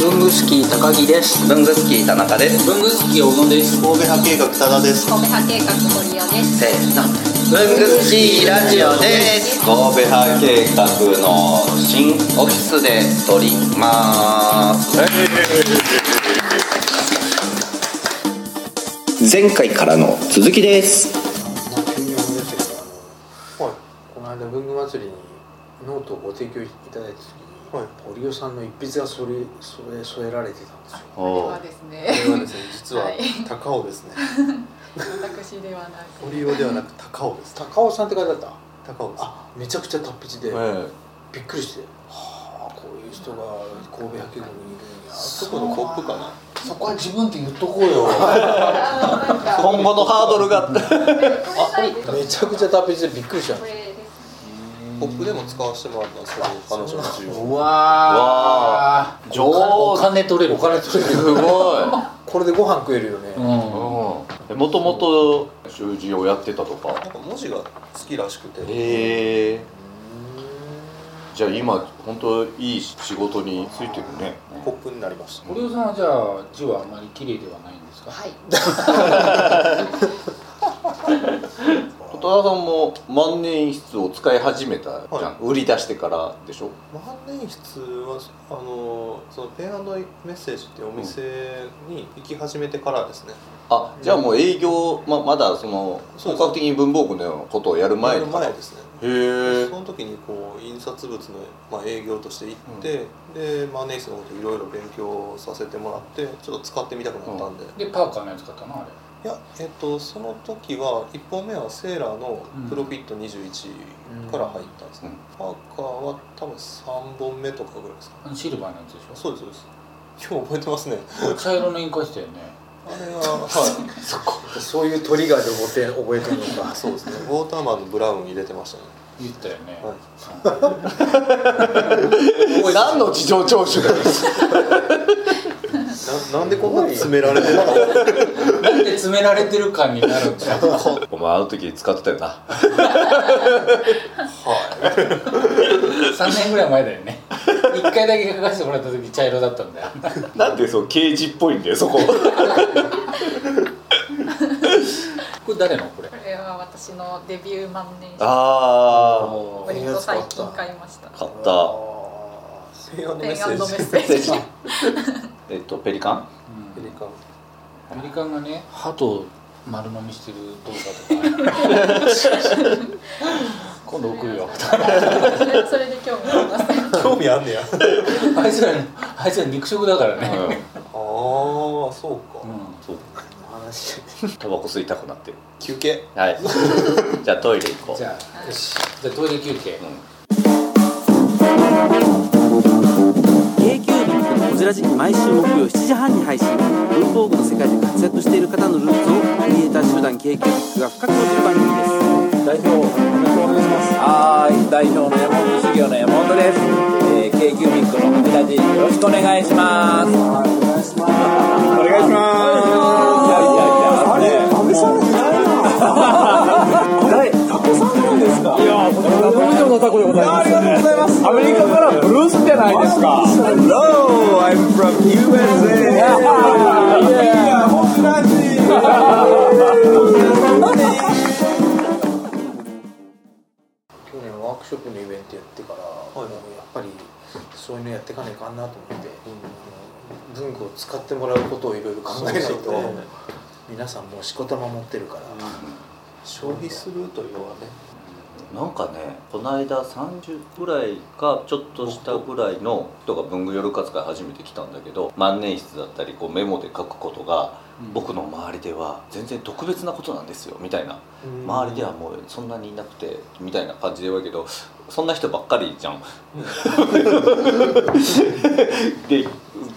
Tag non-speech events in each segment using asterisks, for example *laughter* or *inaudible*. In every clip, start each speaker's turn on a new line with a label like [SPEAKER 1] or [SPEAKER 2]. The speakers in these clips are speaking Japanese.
[SPEAKER 1] 文具スキー高木です
[SPEAKER 2] 文具スキー田中です
[SPEAKER 1] 文具スキー小野です
[SPEAKER 3] 神戸派計画多田です
[SPEAKER 4] 神戸派計画堀尾です。
[SPEAKER 2] せーの文具スキーラジオです
[SPEAKER 3] 神戸派計画の
[SPEAKER 2] 新オフィスで撮ります *laughs* 前回からの続きです
[SPEAKER 5] 急に思い出したけど、はい、この間文具祭りにノートをご提供いただいた時に、
[SPEAKER 3] はい
[SPEAKER 5] 堀尾さんの一筆がそれそれ添えられてた
[SPEAKER 3] *laughs*
[SPEAKER 5] んですよ
[SPEAKER 4] これはです
[SPEAKER 3] これは
[SPEAKER 4] ね。
[SPEAKER 3] ですね実は
[SPEAKER 4] はい
[SPEAKER 3] 高尾
[SPEAKER 5] *laughs*
[SPEAKER 3] ですね
[SPEAKER 4] 私ではなく。
[SPEAKER 3] 堀尾ではなく高尾です
[SPEAKER 5] 高尾さんって方だった
[SPEAKER 3] 高尾です
[SPEAKER 5] あめちゃくちゃ達筆で、
[SPEAKER 3] え
[SPEAKER 5] びっくりしてはあこういう人が神戸派遣国にいるんや
[SPEAKER 3] えどこのコップかな
[SPEAKER 5] そこは自分って言っとこうよ
[SPEAKER 4] あのなんかこ
[SPEAKER 2] 今後のハードルが
[SPEAKER 4] れないです。
[SPEAKER 5] めちゃくちゃ達筆でびっくりした
[SPEAKER 4] これですね。
[SPEAKER 3] コップでも使わせてもらったんですけど彼女の授業
[SPEAKER 5] うわー
[SPEAKER 6] 上お金取れる
[SPEAKER 5] お金取れる
[SPEAKER 6] すごい、
[SPEAKER 5] これでご飯食えるよね、
[SPEAKER 6] うん、もともと習字をやってたとか
[SPEAKER 3] なんか文字が好きらしく
[SPEAKER 2] *laughs*
[SPEAKER 3] て
[SPEAKER 6] へえじゃあ今本当いい仕事についてるね
[SPEAKER 3] コップになりました
[SPEAKER 6] 堀
[SPEAKER 7] 尾さんはじゃあ字はあまり綺麗ではないんですか
[SPEAKER 4] はい。
[SPEAKER 6] 戸田さんも万年筆を使い始めたじゃん、売り出してからでしょ
[SPEAKER 3] 万年筆はあのそのペンメッセージっていうお店に行き始めてからですね
[SPEAKER 6] あじゃあもう営業、ままだその
[SPEAKER 3] そう
[SPEAKER 6] 本
[SPEAKER 3] です
[SPEAKER 6] 格的に文房具のようなことをやる前
[SPEAKER 3] や
[SPEAKER 6] と
[SPEAKER 3] る
[SPEAKER 6] か
[SPEAKER 3] 前ですね
[SPEAKER 6] へえ
[SPEAKER 3] その時にこう印刷物の、まあ、営業として行って、でマネースのこといろいろ勉強させてもらってちょっと使ってみたくなったんで、い
[SPEAKER 7] でパーカーのやつ買ったのあれ
[SPEAKER 3] や、えっと、その時は1本目はセーラーのプロフィット21から入ったんですね、
[SPEAKER 6] うん
[SPEAKER 3] パーカーは多分3本目とかぐらいですか
[SPEAKER 7] あのシルバーのやつでし
[SPEAKER 3] そうですそうです今日覚えてます *laughs* ね
[SPEAKER 7] ょ茶色のインク入ってたよね
[SPEAKER 3] あれははい
[SPEAKER 5] そういうトリガーで覚えて覚えてるのか
[SPEAKER 3] *laughs* そうですねウォーターマンのブラウン入れてましたね
[SPEAKER 7] 言ったよね、
[SPEAKER 3] はい
[SPEAKER 6] *laughs* 何の事情聴取だよ
[SPEAKER 3] ななんでこんなに詰められてなかった
[SPEAKER 7] なんで詰められてる感になるんだ
[SPEAKER 3] *laughs*
[SPEAKER 7] よ
[SPEAKER 6] お前あの時使ってたよな
[SPEAKER 7] 3年ぐらい前だよね一回だけ書かせてもらった時茶色だったんだよ
[SPEAKER 6] なんでそう刑事っぽいんだよそこ
[SPEAKER 7] これ誰のこれ
[SPEAKER 4] これは私のデビュー万年筆。
[SPEAKER 6] あ
[SPEAKER 4] 割と最近買いました
[SPEAKER 6] あ。買った
[SPEAKER 3] ペン
[SPEAKER 4] ペ
[SPEAKER 3] メ
[SPEAKER 4] ン
[SPEAKER 3] ッセ
[SPEAKER 4] アン
[SPEAKER 3] ー
[SPEAKER 4] ドメ
[SPEAKER 3] ジ
[SPEAKER 4] ッセージ。
[SPEAKER 6] えっとペリカ
[SPEAKER 3] *laughs*
[SPEAKER 6] ン
[SPEAKER 3] ペリカン
[SPEAKER 7] アメリカンがね歯と丸飲みしてる動画とか
[SPEAKER 3] *laughs*
[SPEAKER 7] 今度送るよ
[SPEAKER 4] それで興味あります。
[SPEAKER 3] 興味あんね *laughs* やあ
[SPEAKER 7] あいつらあいつら肉食だからね、
[SPEAKER 3] あそうか、
[SPEAKER 7] うん
[SPEAKER 6] そう
[SPEAKER 5] 話
[SPEAKER 6] タバコ吸いたくなってる
[SPEAKER 3] 休憩
[SPEAKER 6] はいじゃあトイレ行こう
[SPEAKER 7] じゃあよしじゃあトイレ休憩、
[SPEAKER 8] k q b のこじらじ毎週木曜7時半に配信文房具の世界で活躍している方のルーツをクリエイター集団 k q b が深く落ちる番組です
[SPEAKER 1] 代表お願いします
[SPEAKER 9] はい、代表の山本修行の山本です。えー、k q ミックのこじらじ、よろしくお願いします。
[SPEAKER 1] お願いします
[SPEAKER 9] いやいやいや、ね、
[SPEAKER 1] 安倍さんじゃないな誰タコさんなんですかいや道場のタコでございますありがとうございますアメリカからブルースじゃないですか Hello I'm from USA いや僕た
[SPEAKER 5] 去年ワークショップのイベントやってから、もうやっぱりそういうのやっていかないかんなと思って、文具を使ってもらうことをいろいろ考えないと、皆さんもうしこたま持ってるから、
[SPEAKER 3] 消費するというのはね
[SPEAKER 6] なんかねこの間30ぐらいかちょっとしたぐらいの人が文具夜活会始めてきたんだけど万年筆だったりこうメモで書くことが僕の周りでは全然特別なことなんですよみたいな周りではもうそんなにいなくてみたいな感じで言うけどそんな人ばっかりじゃん。で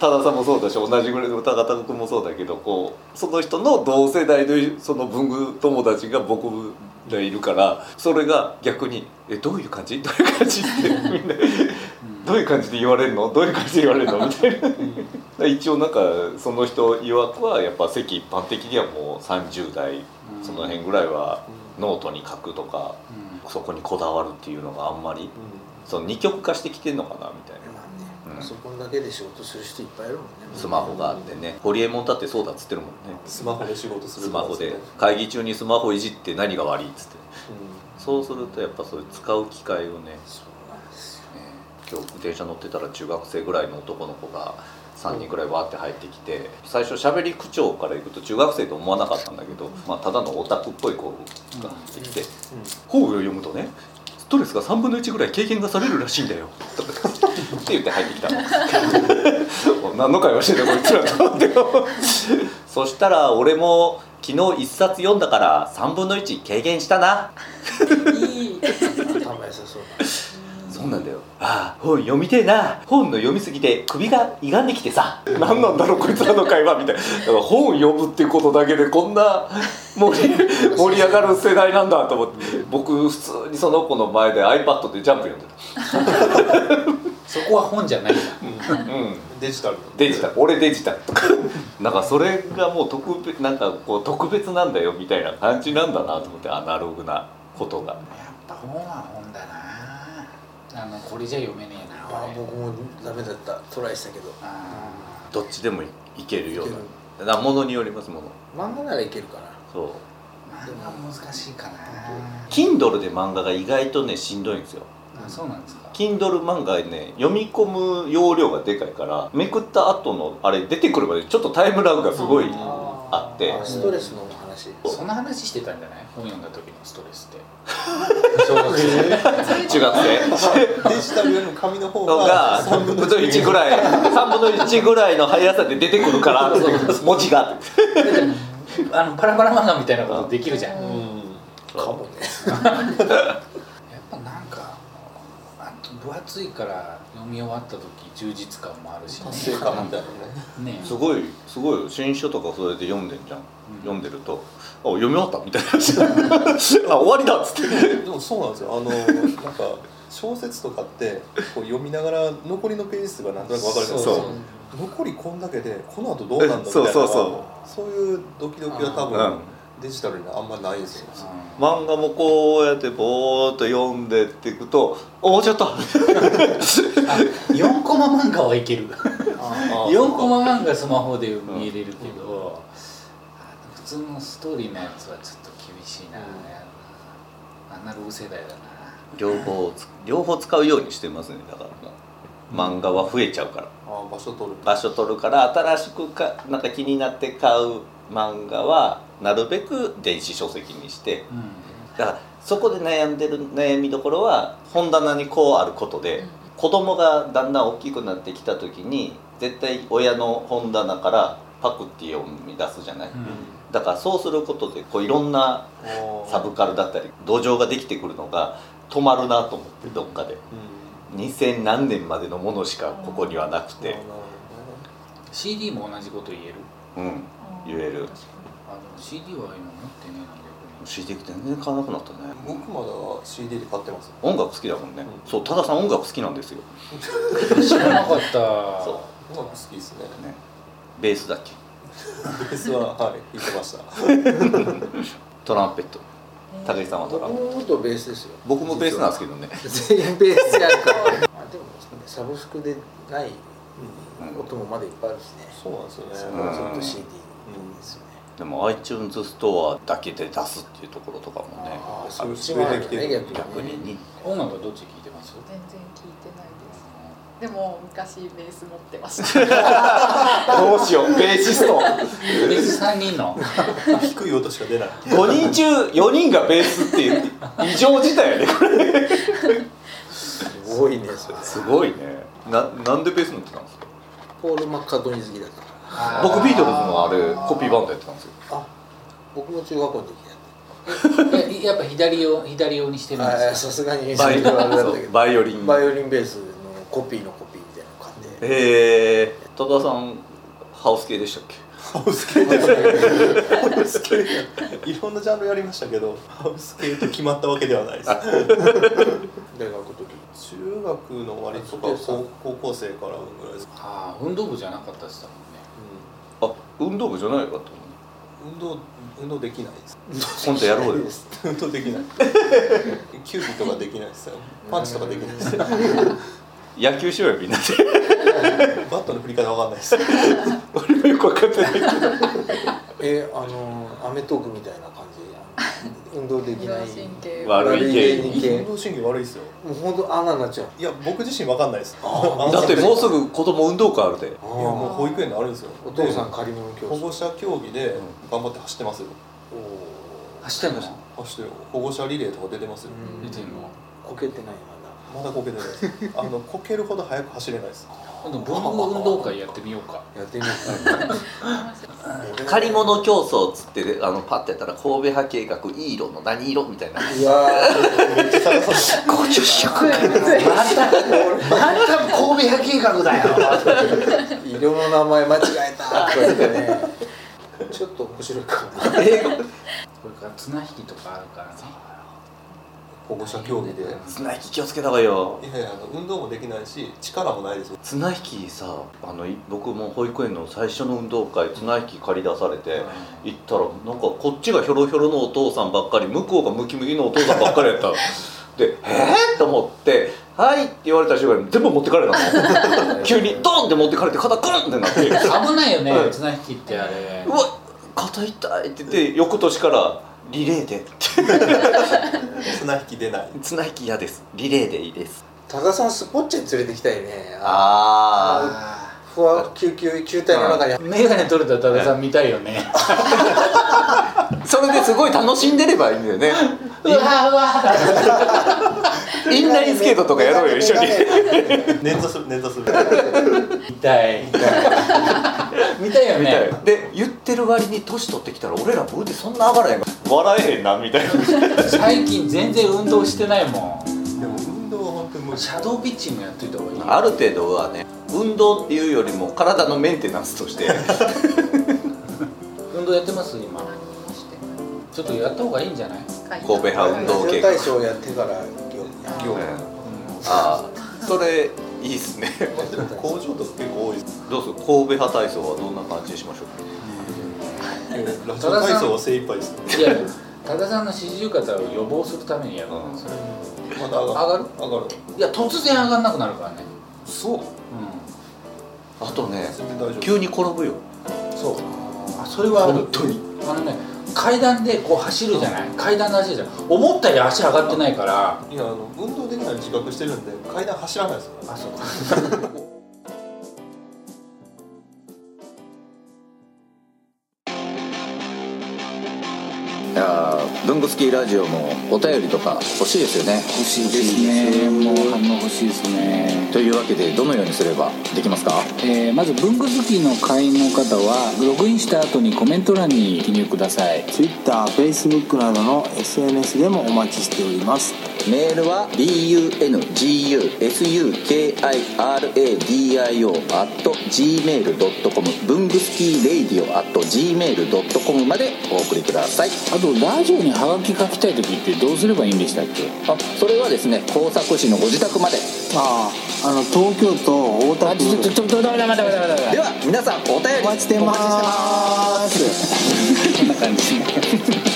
[SPEAKER 6] 多田さんもそうだし同じぐらいの歌方君もそうだけどこうその人の同世代のその文具友達が僕がいるからそれが逆に「えどういう感じどういう感じ?」ってみんな「どういう感じで言われるのどういう感じで言われるの?」みたいな一応なんかその人曰くはやっぱ席一般的にはもう30代その辺ぐらいはノートに書くとか
[SPEAKER 7] うん
[SPEAKER 6] そこにこだわるっていうのがあんまりその二極化してきてんのかなみたいな
[SPEAKER 5] まあね
[SPEAKER 6] うん
[SPEAKER 5] パソコンだけで仕事する人いっぱいいるもんね
[SPEAKER 6] スマホがあってねホリエモンだってそうだっつってるもんね
[SPEAKER 3] スマホで仕事する
[SPEAKER 6] ス
[SPEAKER 3] と
[SPEAKER 6] マ
[SPEAKER 3] か
[SPEAKER 6] ホ
[SPEAKER 3] す
[SPEAKER 6] で
[SPEAKER 3] ね
[SPEAKER 6] 会議中にスマホいじって何が悪いっつって
[SPEAKER 3] うん
[SPEAKER 6] そうするとやっぱそういう使う機会をね
[SPEAKER 5] そうなんですよ
[SPEAKER 6] ね今日電車乗ってたら中学生ぐらいの男の子が3人ぐらいわーって入ってきて最初喋り口調からいくと中学生と思わなかったんだけど、まあ、ただのオタクっぽい子が入ってきて本を読むとねストレスが3分の1ぐらい経験がされるらしいんだよとかって言って入ってきたの *laughs* 何の会話してんだこいつらと思ってそしたら俺も昨日1冊読んだから3分の1軽減したない
[SPEAKER 4] い。
[SPEAKER 5] 頭良さそうだ
[SPEAKER 6] そうなんだよああ本読みてえな本の読みすぎて首が歪んできてさ何なんだろうこいつらの会話みたいなだから本読むっていうことだけでこんな盛 *laughs* り盛り上がる世代なんだと思って僕普通にその子の前で iPad でジャンプ読んで
[SPEAKER 7] そこは本じゃないんだ
[SPEAKER 6] た、うん、
[SPEAKER 3] *laughs* デジタルの
[SPEAKER 6] デジタル俺デジタル *laughs* とかなんかそれがもう特別なんかこう特別なんだよみたいな感じなんだなと思ってアナログなことが
[SPEAKER 7] やっぱ本は本だなあのこれじゃ読めねえな
[SPEAKER 5] あ
[SPEAKER 7] 俺
[SPEAKER 5] 僕もダメだったトライしたけど
[SPEAKER 7] あ
[SPEAKER 6] どっちでもいけるよ
[SPEAKER 5] いう
[SPEAKER 6] ななものによりますもの
[SPEAKER 5] 漫画ならいけるかな
[SPEAKER 6] そう
[SPEAKER 7] ー漫画難しいかな
[SPEAKER 6] Kindle で漫画が意外とねしんどいんですよ
[SPEAKER 7] あそうなんですか
[SPEAKER 6] Kindle 漫画ね読み込む容量がでかいからめくった後のあれ出てくるまでちょっとタイムラグがすごいあって
[SPEAKER 5] あストレスの話
[SPEAKER 7] そんな話してたんじゃない本読んだ時のストレスって小学生
[SPEAKER 6] 中学生
[SPEAKER 3] デジタルよりも紙の方
[SPEAKER 6] のが
[SPEAKER 3] が
[SPEAKER 6] 3分の1ぐらい3分の1ぐらいの速さで出てくるから文字が
[SPEAKER 7] *laughs* あのバラバラ漫画みたいなことできるじゃん、やっ
[SPEAKER 3] うん
[SPEAKER 5] かもね
[SPEAKER 7] ぱなんかあと分厚いから読み終わった時充実感もあるしね
[SPEAKER 3] 達成感みたいなね
[SPEAKER 7] ね
[SPEAKER 6] すごいすごいよ新書とかそれで読んでんじゃん
[SPEAKER 7] うん
[SPEAKER 6] 読んでると「あ読み終わった」みたいなあ終わりだ」っつって
[SPEAKER 3] でもそうなんです *laughs* よあのなんか小説とかってこう読みながら残りのページ数がなんとなく分かるじゃないですか
[SPEAKER 6] そう
[SPEAKER 3] 残りこんだけでこの後どうなんだみたいな
[SPEAKER 6] そうそうそ
[SPEAKER 3] そういうドキドキは多
[SPEAKER 6] う
[SPEAKER 3] 分
[SPEAKER 6] ん
[SPEAKER 3] デジタルにはあんまないですよね
[SPEAKER 7] う
[SPEAKER 6] 漫画もこうやってぼーっと読んでっていくと「お終わっちゃった!
[SPEAKER 7] んあ4コマ漫画はいける *laughs*
[SPEAKER 3] あ
[SPEAKER 7] 4コマ漫画スマホで見れるけど、あ普通のストーリーのやつはちょっと厳しいな、アナログ世代だな」
[SPEAKER 6] 両方つ両方使うようにしてますねだからもう漫画は増えちゃうから
[SPEAKER 3] あ場所取る
[SPEAKER 6] 場所取るから新しくかなんか気になって買う漫画はなるべく電子書籍にして
[SPEAKER 7] うん
[SPEAKER 6] だからそこで悩んでる悩みどころは本棚にこうあることで、
[SPEAKER 4] うん
[SPEAKER 6] 子供がだんだん大きくなってきた時に絶対親の本棚からパクって読み出すじゃない、だからそうすることでこういろんなサブカルだったり土壌ができてくるのが止まるなと思ってどっかで
[SPEAKER 3] うん
[SPEAKER 6] 2000何年までのものしかここにはなくて
[SPEAKER 3] あーなるほどね
[SPEAKER 7] CD も同じこと言える
[SPEAKER 6] うん言える
[SPEAKER 4] 確か
[SPEAKER 7] あでも CD は今持ってねえな逆に
[SPEAKER 6] CD 全然買わなくなったね
[SPEAKER 3] 僕まだ CD で買ってます
[SPEAKER 6] 音楽好きだもんね、そう多田さん音楽好きなんですよ
[SPEAKER 7] 知らなかった
[SPEAKER 6] そう
[SPEAKER 3] 音楽好きですね
[SPEAKER 6] ねベースだっけ
[SPEAKER 3] ベー *laughs* スははい弾いてました
[SPEAKER 6] トランペット
[SPEAKER 4] に
[SPEAKER 6] 武井さんはト
[SPEAKER 5] 僕
[SPEAKER 6] ランペット
[SPEAKER 5] も元ベースですよ
[SPEAKER 6] 僕もベースなんですけどね
[SPEAKER 5] 全員ベースやるからあでもサブスクでない音もまだいっぱいあるしね
[SPEAKER 3] そうなんですよね
[SPEAKER 5] それ
[SPEAKER 6] ん
[SPEAKER 5] はちょっと CD ですよね
[SPEAKER 6] でも iTunes ストアだけで出すっていうところとかもね
[SPEAKER 5] ああ
[SPEAKER 3] そ
[SPEAKER 5] そうっちもあるよ
[SPEAKER 3] 増え
[SPEAKER 5] ね
[SPEAKER 3] てき
[SPEAKER 5] 逆
[SPEAKER 6] 逆
[SPEAKER 5] に
[SPEAKER 6] に
[SPEAKER 7] 音楽はどっち聞いてます
[SPEAKER 4] 全然聞いてないです。でも昔ベース持ってました。
[SPEAKER 6] *laughs* どうしようベーシスト
[SPEAKER 7] ベース3人 *laughs* の
[SPEAKER 3] 低い音しか出ない
[SPEAKER 6] 5人中4人がベースっていう異常事態やねこれ
[SPEAKER 5] すごいねそれ
[SPEAKER 6] すごいねななんでベース乗ってたんですか
[SPEAKER 5] ポール・マッカートニー好きだから
[SPEAKER 6] 僕ビートルズのあれコピーバンドやってたんですよ
[SPEAKER 5] あ僕も中学校の時やっ
[SPEAKER 7] えいややっぱ左を左用にしてるん
[SPEAKER 5] たああ
[SPEAKER 7] です
[SPEAKER 5] さすがに
[SPEAKER 6] バイ
[SPEAKER 5] それはあれだったけど
[SPEAKER 6] バイオリン
[SPEAKER 5] バイオリンベースのコピーのコピーみたいなの買って
[SPEAKER 6] へえ戸田さんハウス系でしたっけ
[SPEAKER 3] ハウス系ですねハウス系いろんなジャンルやりましたけどハウス系と決まったわけではないです
[SPEAKER 5] 大学の時
[SPEAKER 3] 中学の終わりとか高高校生からぐらいですか、
[SPEAKER 7] かああ運動部じゃなかったですもんね
[SPEAKER 6] あ運動部じゃないかと思う
[SPEAKER 3] 運動運動できないです
[SPEAKER 6] 今度やろうよ
[SPEAKER 3] 運動できない球技とかできないですよパンチとかできないですバ
[SPEAKER 6] 野球しようよみんな *laughs* で
[SPEAKER 3] ットの振り方わかんないです
[SPEAKER 6] 俺もよく分かってないけど
[SPEAKER 5] えあのアメトークみたいな感じあの運動でき
[SPEAKER 4] 運動
[SPEAKER 5] ない
[SPEAKER 4] 神経
[SPEAKER 6] 悪い芸人
[SPEAKER 5] 人系
[SPEAKER 3] 運動神経悪いですよ
[SPEAKER 5] もう本当穴になっちゃう
[SPEAKER 3] いや僕自身わかんないです
[SPEAKER 6] だってもうすぐ子供運動会あるで
[SPEAKER 5] あ
[SPEAKER 3] いやもう保育園であるんですよ
[SPEAKER 5] お父さん借り物
[SPEAKER 3] で
[SPEAKER 5] 教
[SPEAKER 3] 保
[SPEAKER 5] 室
[SPEAKER 3] 護者競技で頑張って走ってますよ
[SPEAKER 7] 走ってんの
[SPEAKER 3] 走って保護者リレーとか出てますよ、
[SPEAKER 7] 見てんの
[SPEAKER 5] こけてないまだ
[SPEAKER 3] まだこけてないですあのこけるほど早く走れないです
[SPEAKER 7] 今度文具運動会やってみようか
[SPEAKER 5] やってみよ
[SPEAKER 6] 借り物競争っつってあのパッてやったら神戸派計画いい色の何色みたい *laughs* な
[SPEAKER 5] ういや
[SPEAKER 6] 50色 *laughs*
[SPEAKER 7] 多分神戸派計画だよ
[SPEAKER 5] ー色の名前間違えたとか言ってねちょっと面白いかもな
[SPEAKER 7] これから綱引きとかあるからね
[SPEAKER 3] 保護者競技でい
[SPEAKER 6] 綱引き気をつけた方がいいよ
[SPEAKER 3] やいやあの運動もできないし力もないですよ
[SPEAKER 6] 綱引きさあのい僕も保育園の最初の運動会綱引き借り出されて行ったらなんかこっちがひょろひょろのお父さんばっかり向こうがムキムキのお父さんばっかりやったので「えっ?」と思って「はい」って言われた瞬間に全部持ってかれたの急にドンって持ってかれて肩クルンってなって
[SPEAKER 7] *laughs* 危ないよね、
[SPEAKER 6] うん
[SPEAKER 7] 綱引きってあれ
[SPEAKER 6] うわ肩痛いって言って翌年からリレーで
[SPEAKER 3] 綱引き出ない
[SPEAKER 6] 綱引き嫌ですリレーでいいです
[SPEAKER 5] 多田さんスポッチェ連れてきたいねあ
[SPEAKER 6] あ
[SPEAKER 7] あ
[SPEAKER 5] ふわ救急球体の中に
[SPEAKER 7] ー眼鏡取れた多田さん見たいよね
[SPEAKER 6] あそれですごい楽しんでればいいんだよね
[SPEAKER 7] うわーうわー
[SPEAKER 6] インラインスケートとかやろうよ一緒に
[SPEAKER 3] 捻挫する捻挫する
[SPEAKER 7] *laughs* 見たい見たいよ
[SPEAKER 6] みたい
[SPEAKER 7] ね
[SPEAKER 6] なで言ってる割に年取ってきたら俺らも腕そんな上がらへん笑えへんなみたいな
[SPEAKER 7] 最近全然運動してないもん
[SPEAKER 3] でも運動は本当に無理
[SPEAKER 7] シャドーピッチングやっといた方がいい
[SPEAKER 6] ある程度はね運動っていうよりも体のメンテナンスと *laughs* して
[SPEAKER 7] 運動やってます今
[SPEAKER 4] 何もして
[SPEAKER 7] ちょっとやった方がいいんじゃない
[SPEAKER 4] ない
[SPEAKER 6] 神戸派運動
[SPEAKER 5] ラジオ
[SPEAKER 6] 計画
[SPEAKER 5] 大賞やってから業務
[SPEAKER 3] 業
[SPEAKER 6] ああそれいいっすね
[SPEAKER 3] でも工場とか結構多いです
[SPEAKER 6] どうする神戸派体操はどんな感じにしましょう
[SPEAKER 3] ラジオ体操は精一杯です
[SPEAKER 7] いや多田さんの四十肩を予防するためにやるんですよ、
[SPEAKER 3] また上
[SPEAKER 7] 上
[SPEAKER 3] が
[SPEAKER 7] が
[SPEAKER 3] る
[SPEAKER 7] る
[SPEAKER 3] 上がる
[SPEAKER 7] いや突然上がんなくなるからね
[SPEAKER 6] そうあとね
[SPEAKER 3] 全然大丈夫
[SPEAKER 6] 急に転ぶよ
[SPEAKER 7] うんそうあそれはある
[SPEAKER 6] 本当に
[SPEAKER 7] あのね階段でこう走るじゃない階段で走るじゃない思ったより足上がってないから
[SPEAKER 3] いやあの運動できないの自覚してるんで階段走らないですから
[SPEAKER 7] あそうか
[SPEAKER 9] いやー文具スキーラジオもお便りとか欲しいですよね
[SPEAKER 8] 欲しいですねもう反応欲しいですね
[SPEAKER 9] というわけでどのようにすればできますか
[SPEAKER 8] えーまず文具好きの会員の方はログインした後にコメント欄に記入ください
[SPEAKER 10] TwitterFacebook などの SNS でもお待ちしております
[SPEAKER 9] メールは bungusukiradio.gmail.com 文具スキーラディオ .gmail.com までお送りください
[SPEAKER 8] あとラジオにハガキ書きたい時ってどうすればいいんでしたっけ
[SPEAKER 9] あそれはですね工作士のご自宅まで
[SPEAKER 10] あああの東京都大田
[SPEAKER 8] あ
[SPEAKER 10] 区
[SPEAKER 8] ちょちょちょちょダメダメダメダメダメ
[SPEAKER 9] では皆さんお便り
[SPEAKER 10] お待ちしてます
[SPEAKER 9] こんな感じですね